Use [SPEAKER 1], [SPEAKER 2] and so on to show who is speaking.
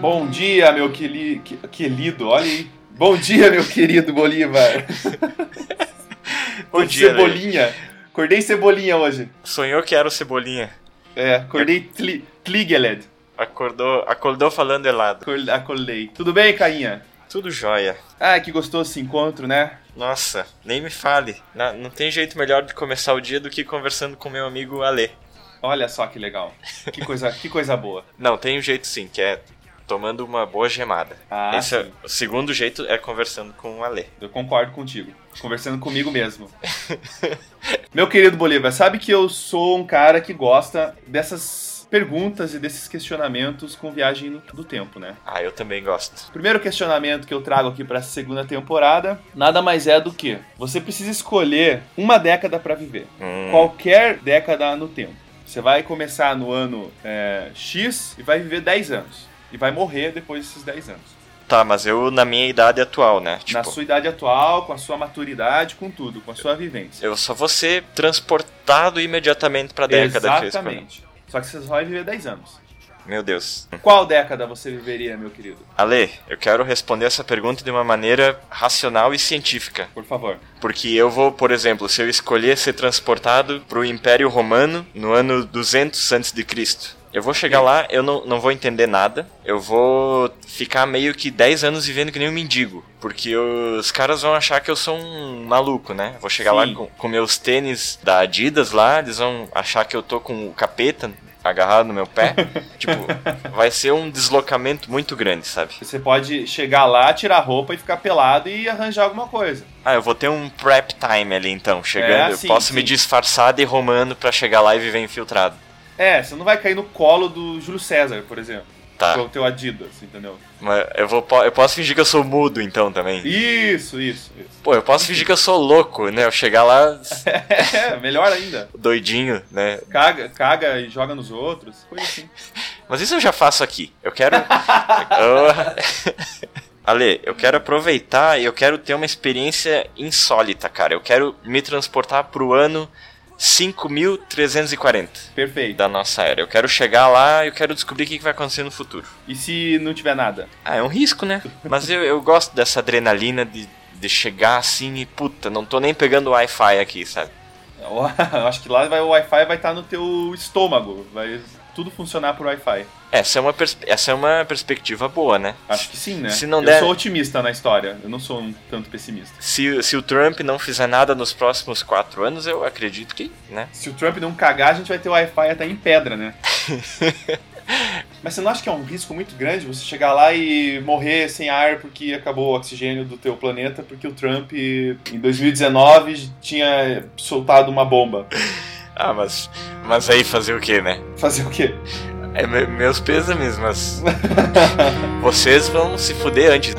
[SPEAKER 1] Bom dia, meu queli... que- querido. Olha aí. Bom dia, meu querido Bolívar.
[SPEAKER 2] Bom dia, né?
[SPEAKER 1] Cebolinha. Acordei cebolinha hoje.
[SPEAKER 2] Sonhou que era o Cebolinha.
[SPEAKER 1] É, acordei tli... Tligeled.
[SPEAKER 2] Acordou, acordou falando helado.
[SPEAKER 1] Acor- Acordei. Tudo bem, Cainha?
[SPEAKER 2] Tudo jóia.
[SPEAKER 1] Ah, que gostoso esse encontro, né?
[SPEAKER 2] Nossa, nem me fale. Na- não tem jeito melhor de começar o dia do que conversando com meu amigo Ale.
[SPEAKER 1] Olha só que legal. Que coisa, que coisa boa.
[SPEAKER 2] Não, tem um jeito sim, que é tomando uma boa gemada.
[SPEAKER 1] Ah,
[SPEAKER 2] Esse é- o segundo jeito é conversando com o Ale.
[SPEAKER 1] Eu concordo contigo. Conversando comigo mesmo. Meu querido Bolívar, sabe que eu sou um cara que gosta dessas perguntas e desses questionamentos com viagem no- do tempo, né?
[SPEAKER 2] Ah, eu também gosto.
[SPEAKER 1] Primeiro questionamento que eu trago aqui para essa segunda temporada, nada mais é do que você precisa escolher uma década para viver.
[SPEAKER 2] Hum,
[SPEAKER 1] Qualquer década no tempo. Você vai começar no ano é, X e vai viver 10 anos. E vai morrer depois desses 10 anos.
[SPEAKER 2] tá, mas eu na minha idade atual, né? Tipo,
[SPEAKER 1] Na sua idade atual, com a sua maturidade, com tudo, com a sua vivência.
[SPEAKER 2] eu só vou ser transportado imediatamente pra década que eu escolhi.
[SPEAKER 1] Exatamente. Só que você só vai viver 10 anos.
[SPEAKER 2] Meu Deus.
[SPEAKER 1] Qual década você viveria, meu querido?
[SPEAKER 2] Ale, eu quero responder essa pergunta de uma maneira racional e científica.
[SPEAKER 1] Por favor.
[SPEAKER 2] Porque eu vou, por exemplo, se eu escolher ser transportado para o Império Romano no ano 200 antes de Cristo, eu vou chegar lá, eu não, não vou entender nada, eu vou ficar meio que 10 anos vivendo que nem um mendigo, porque os caras vão achar que eu sou um maluco, né? Vou chegar
[SPEAKER 1] Sim.
[SPEAKER 2] lá com, com meus tênis da Adidas lá, eles vão achar que eu tô com o capeta agarrado no meu pé. tipo, vai ser um deslocamento muito grande, sabe?
[SPEAKER 1] Você pode chegar lá, tirar a roupa e ficar pelado e arranjar alguma coisa.
[SPEAKER 2] Ah, eu vou ter um prep time ali então, chegando.
[SPEAKER 1] É, sim,
[SPEAKER 2] eu posso me
[SPEAKER 1] sim.
[SPEAKER 2] disfarçar de romano pra chegar lá e viver infiltrado.
[SPEAKER 1] É, você não vai cair no colo do Júlio César, por exemplo.
[SPEAKER 2] Tá.
[SPEAKER 1] Com o teu Adidas, entendeu?
[SPEAKER 2] Mas eu, vou, po- eu posso fingir que eu sou mudo então também.
[SPEAKER 1] Isso, isso, isso.
[SPEAKER 2] Pô, eu posso fingir que eu sou louco, né? Eu chegar lá
[SPEAKER 1] É, melhor ainda.
[SPEAKER 2] doidinho, né?
[SPEAKER 1] Caga, caga e joga nos outros, coisa assim.
[SPEAKER 2] Mas isso eu já faço aqui. Eu quero. Eu- Ale, eu quero aproveitar e eu quero ter uma experiência insólita, cara. Eu quero me transportar pro ano 5340
[SPEAKER 1] Perfeito.
[SPEAKER 2] da nossa era. Eu quero chegar lá e eu quero descobrir o que que vai acontecer no futuro.
[SPEAKER 1] E se não tiver nada?
[SPEAKER 2] Ah, é um risco, né? Mas eu, eu gosto dessa adrenalina de, de chegar assim e puta, não tô nem pegando Wi-Fi aqui, sabe?
[SPEAKER 1] Eu acho que lá vai, o Wi-Fi vai estar no teu estômago. Vai tudo funcionar por Wi-Fi.
[SPEAKER 2] Essa é uma, pers- essa é uma perspectiva boa, né?
[SPEAKER 1] Acho que sim, né?
[SPEAKER 2] Se não
[SPEAKER 1] Eu
[SPEAKER 2] der-
[SPEAKER 1] sou otimista na história. Eu não sou um tanto pessimista.
[SPEAKER 2] Se, se o Trump não fizer nada nos próximos quatro anos, eu acredito que, né?
[SPEAKER 1] Se o Trump não cagar, a gente vai ter o Wi-Fi até em pedra, né? Mas você não acha que é um risco muito grande você chegar lá e morrer sem ar porque acabou o oxigênio do teu planeta porque o Trump em 2019 tinha soltado uma bomba?
[SPEAKER 2] Ah, mas, mas aí fazer o quê, né?
[SPEAKER 1] Fazer o quê?
[SPEAKER 2] É me- meus pêsames, mas. Vocês vão se fuder antes.